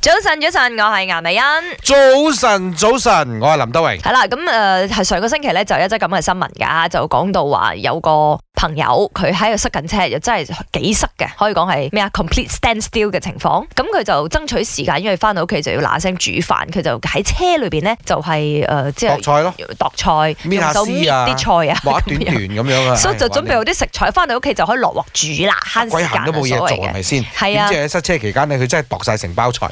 早晨，早晨，我係顏美欣。早晨，早晨，我係林德榮。係啦，咁誒係上個星期咧就有一則咁嘅新聞㗎，就講到話有個朋友佢喺度塞緊車，又真係幾塞嘅，可以講係咩啊？complete standstill 嘅情況。咁佢就爭取時間，因為翻到屋企就要嗱聲煮飯，佢就喺車裏邊咧就係、誒即博係 菜咯，度菜，搣用下手搣絲啊啲菜啊。畫一段段咁樣啊，所以就準備唉好啲食材，翻到屋企就可以落鑊煮啦，慳玩鬼時間行都冇嘢啊所謂做嘅係咪先？係點啊知，喺塞車期間咧，佢真係度晒成 包菜，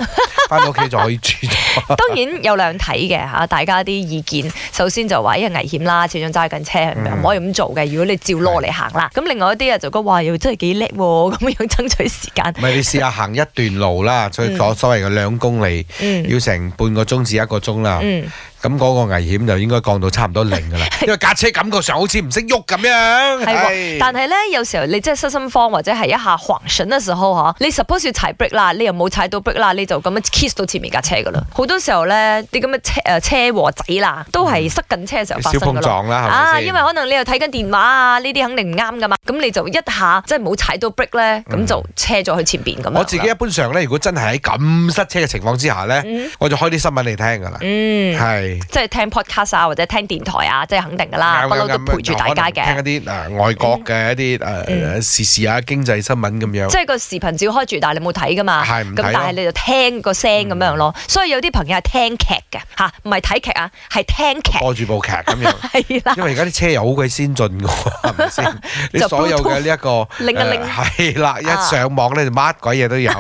翻到屋企就可以煮。 當然有兩睇嘅嚇，大家啲意見。首先就話因哎為危險啦，始終揸緊車係咪嗯唔可以咁做嘅。如果你照攞嚟行啦，咁另外一啲啊就覺得哇，又真係幾叻喎，咁樣爭取時間。唔係你試下行一段路啦，最所所謂嘅兩公里，嗯要成半個鐘至一個鐘啦。嗯，咁嗰個危險就應該降到差唔多零㗎啦，因為架車感覺上好似唔識喐咁樣。 係喎唉。但係咧，有時候你真係失心慌或者係一下狂神嘅時候嗯嚇，你 suppose 要踩 brake 啦，你又冇踩到 brake 啦，你就咁樣 kiss 到前面架車㗎啦。好多時候咧，啲咁嘅車誒車禍仔啦，都係塞緊車嘅時候發小生㗎碰咯。撞啦，係咪啊，先因為可能你又睇緊電話啊，呢啲肯定唔啱噶嘛。咁你就一下即係冇踩到 brake 咧，咁嗯就車咗去前邊咁樣啦我自己一般上咧，如果真係喺咁塞車嘅情況之下咧，嗯我就開啲新聞嚟聽㗎啦。嗯，係。即係聽 podcast 啊，或者聽電台啊，即係肯定噶啦，啱不啱嬲都啱陪住大家可能嘅。聽一啲誒外國嘅一啲嗯誒時事啊、經濟新聞咁樣即。係個視頻照開住，但係你冇睇噶嘛。係唔咁睇咯但係你就聽個聲咁樣咯。所以有啲朋友係聽劇嘅嚇，唔係睇劇啊，係聽劇，播住部劇咁樣 係啦。因為而家啲車又好鬼先進嘅喎，係 咪先？你就所有嘅呢一個 拎一拎誒係啦，一啊上網咧就乜鬼嘢 都有，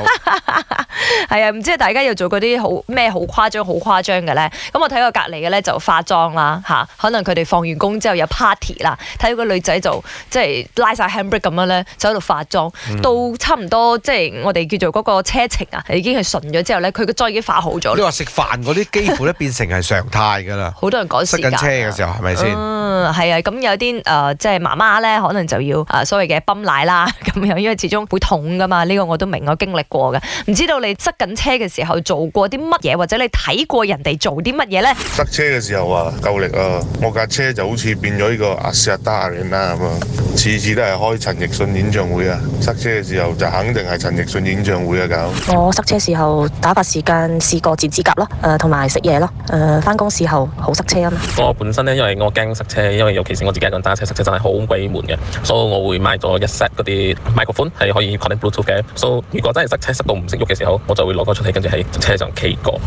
係啊，唔知大家有做過啲好咩好誇張、好誇張嘅咧？咁我睇過隔離嘅咧就化妝啦嚇、可能佢哋放完工之後有 party 啦，睇到個女仔就即係拉晒 handbrake 咁樣咧，就喺度化妝，嗯到差唔多即係我哋叫做嗰個車程啊，已經係順咗之後咧，佢個妝已經化好咗你啦。話食飯嗰啲幾乎都變成係常態 㗎啦，好多人趕塞時緊間啊。車嘅時候係咪先？嗯，係啊，咁有啲誒、呃即係媽媽咧，可能就要誒、呃所謂嘅泵奶啦， 咁樣，因為始終會痛噶嘛，呢、個我都明，我經歷過嘅。唔知道你塞緊車嘅時候做過啲乜嘢，或者你睇過人哋做啲乜嘢咧？塞車嘅時候啊，夠力啊！我架車就好似變咗呢個阿斯亞達人啦咁啊，次次都係開陳奕迅演唱會啊！塞車嘅時候就肯定係陳奕迅演唱會啊搞。我塞車時候打發時間試過剪指甲咯，誒同埋食嘢咯，誒翻工時候好塞車啊嘛。我本身咧，因為我驚塞車，因為尤其是我自己一個人揸車，塞車真係好鬼悶嘅，所以我會買咗一 set 嗰啲 microphone 係可以 connect Bluetooth 嘅，所以如果真係塞車塞到唔識喐嘅時候，我就會攞個出嚟，跟住喺車上企過。